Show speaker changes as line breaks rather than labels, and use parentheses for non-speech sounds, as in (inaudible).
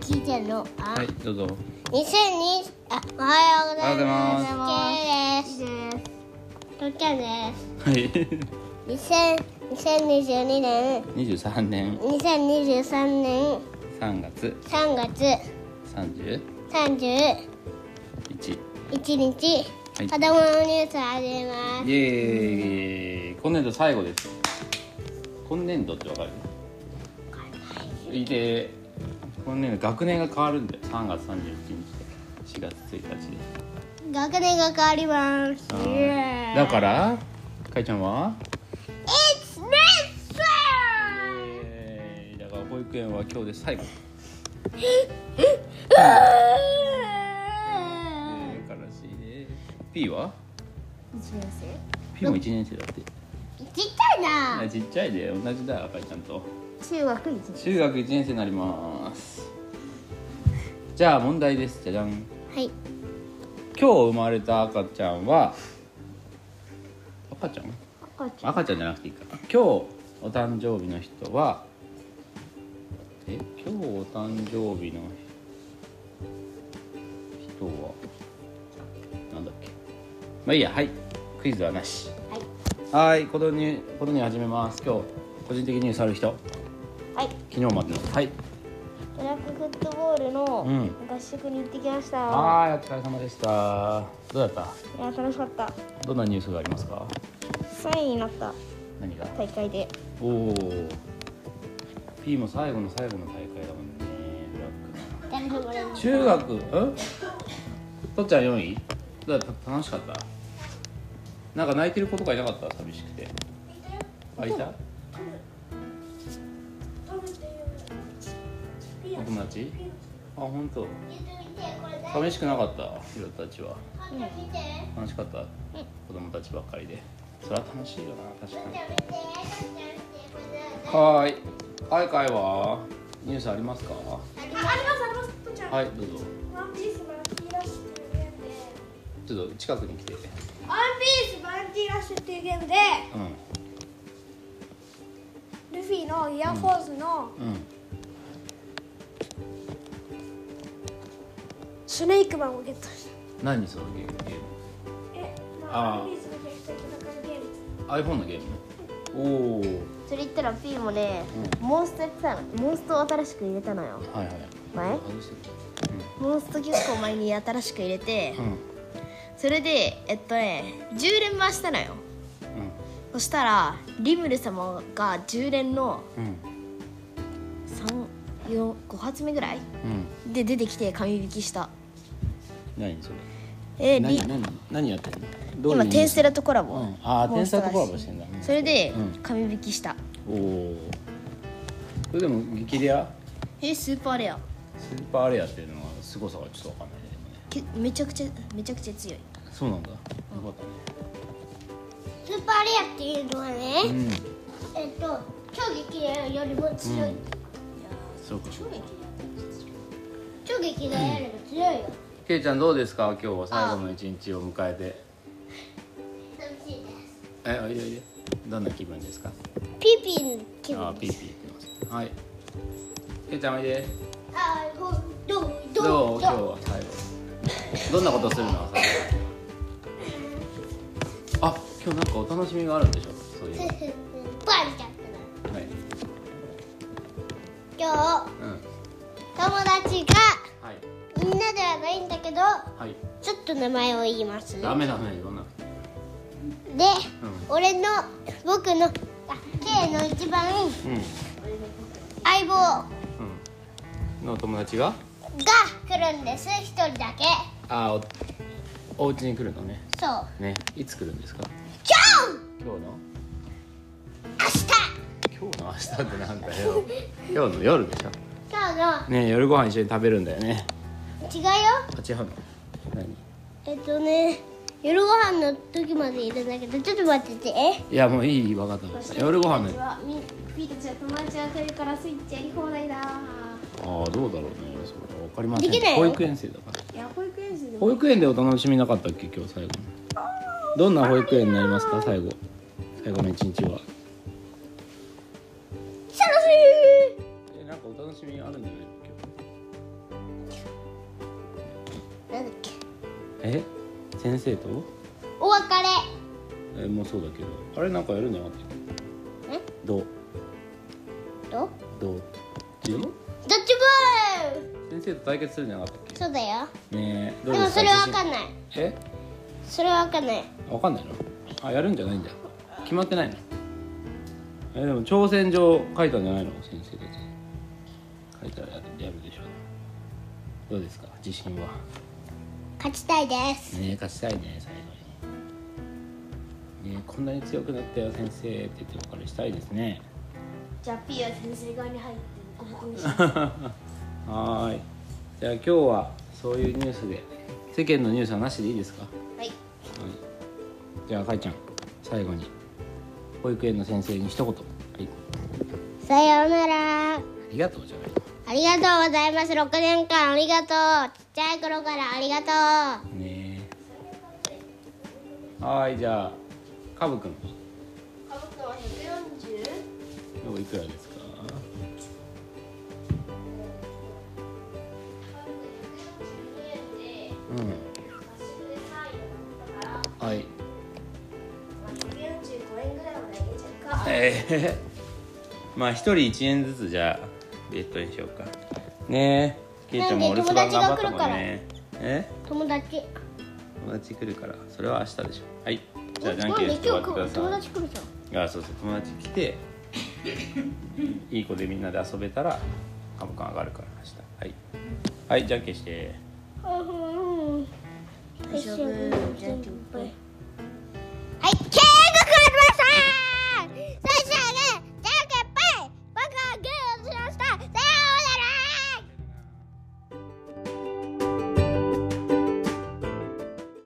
聞いてんのあ、
はい、どうぞ。
2020あおはようございます
お
ケイですとっちゃんで
はい。
す2000 2022年
(laughs) 二十三年
2023年
三月
3月
三十
31
一。イ
日、
はい
子供のニュース始めます
エーイ。今年度最後です。今年度ってわかる？いて、今年度学年が変わるんだよ。三月三十一日で四月一日で。
学年が変わります
あ
イエー
ー
イ
だから、かいちゃんは？
It's n
(laughs)
e
えーだから保育園は今日で最後。えー悲しいね。P は？P も一年生だって。
ちっちゃいな
あちっちゃいで同じだ赤いちゃんと
中学一年
中学1年生になりますじゃあ問題ですじゃじゃん
はい
今日生まれた赤ちゃんは赤ちゃん
赤ちゃん
赤ちゃんじゃなくていいか今日お誕生日の人はえ今日お誕生日の人はなんだっけまあいいやはいクイズはなし
はい
はーいこのにこのに始めます今日個人的に触る人
はい
昨日までのはい
ブラックフットボールの
うん
合宿に行ってきました、
はーいお疲れ様でしたどうだっ
いや楽しかった
たどんなニュースがありますか
3位になった
何が
大会で
おお P も最後の最後の大会だもんねブラックの
誰がこれ
中学うんとっちゃん4位どうだった楽しかったなんか泣いてる子とかいなかった寂しくてあいたお友達あ本当寂しくなかったひろたちは楽しかった子供たちばっかりでそれは楽しいよな確かにはーいはいかいはニュースありますか
あありますありますとちゃん、
はいどうぞ
ワンピースバンティーラッシュっていうゲームで
ちょっと近くに来てう
ワンピースバンティーラッシュっていうゲームで
ん
ルフィのイヤーフォーズの
うん
スネークマンをゲットし
何そのゲームゲーム
たえ、
あ
まあ、ワンピースのキャラクターと戦うゲーム
iPhone のゲームおおー
それ言ったら P もね、モンストやってたのモンストを新しく入れたのよ
はいはい
前
外して
モンスト結構前に新しく入れて、
うんうん
それでえっとね10連回したのよそしたらリムル様が10連の
うん
345発目ぐらい
うん
で出てきて神引きした
何それ
えリ
何何何やってるのどういう
今
ニュース
テンステラとコラボ、
うんああ
モ
天
ンストだ
才と
し
コラボしてんだうん
それで
うん
神引きした、
おおそれでも激レア
えスーパーレア
スーパーレアっていうのは凄さがちょっとわかんないねでもね
けめちゃくちゃめちゃくちゃ強い
そうなんだよかっ
スーパーレアっていうのは
たね
ね、
うん
えっと超激レアよりも強い、
うんそうか
超激レアよりも強いよ
けいちゃんどうですか今日は最後の一日を迎えて
楽しいです
えおいでおいでどんな気分ですか
ピーピーの気
あ
分
ーピ
で
ー
す
ピー言ってますはいけいちゃんおいで
あーほんどうどう
ど
ど
う
う
今日は最後どんなことする
(laughs)
の最後あ今日なんかお楽しみがあるんでしょそういう
ふふ
は
ふバレちゃったない今日友達
うんはい
がみんなではないんだけど
はい
ちょっと名前を言います
ダメダメ言わなくて
で、俺の僕のあ K の一番
うん
相棒が
うんのお友達が
来るんです一人だけ
あーおお家に来るのね
そう
ねいつ来るんですか
今
今日の
日
今日の明日ってなんだ (laughs) よ今日の夜でしょ
明日今
ね夜ご飯一緒に食べるんだよね
日の違うよ
八時半の何
えっとね夜ご飯の時までいるんだけどちょっと待ってて
いやもういい分かった分かった夜ご飯ね
はみピーたちは友達が来るからスイッチやり放題だ
ああどうだろうねそれは分かりません
できないよ
保育園生だから
いや保育園児でも
保育園でお楽しみなかったっけ今日最後どんな保育園になりますか最後最後の一日は
楽しい
えなんかお楽しみあるんじゃないえ先生と
お別れ
えもうそうだけどあれなんかやるんじゃなかったっけ
え
ど
ど
どっち
ドッジボール
先生と対決するんじゃなかったっ
そうだよ
けねえ
で
どう
も
です
そ
か
れわかんない
自信え
それわかんない
わかんないのあやるんじゃないんだ決まってないのえでも挑戦状書いたんじゃないの先生たち書いたらやるやるでしょうねどうですか自信は
勝ちたいです
ねえ勝ちたいね最後にねえこんなに強くなったよ先生って言ってお別れしたいですね
じゃあピーは先生側に入ってボコボコにし
(laughs)
て
はーいじゃあ今日はそういうニュースで世間のニュースはなしでいいですか
はい
じゃあかいちゃん最後に保育園の先生に一言、はい、
さようなら
ありがとうじゃない
ありがとうございます6年間ありがとうちっちゃい頃からありがとう
ねえはーいじゃあカブくん
カブトは140
今日いくらですかう
だから
んはい
145円ぐらいまであげちゃうか
ええまあ一人1円ずつじゃあベッドにしようかねえけいちゃんもお留守番頑張ったもんねえ
友達
友達来るからそれは明日でしょはいじゃあじゃん
なん
けん
で
して
今
終わ
日
ってください
友達来るじゃん
あそうそう友達来ていい子でみんなで遊べたらカムカン上がるから明日はいはいじゃんけんして
うんうんうん
大丈夫じゃんけんぽい
はい、け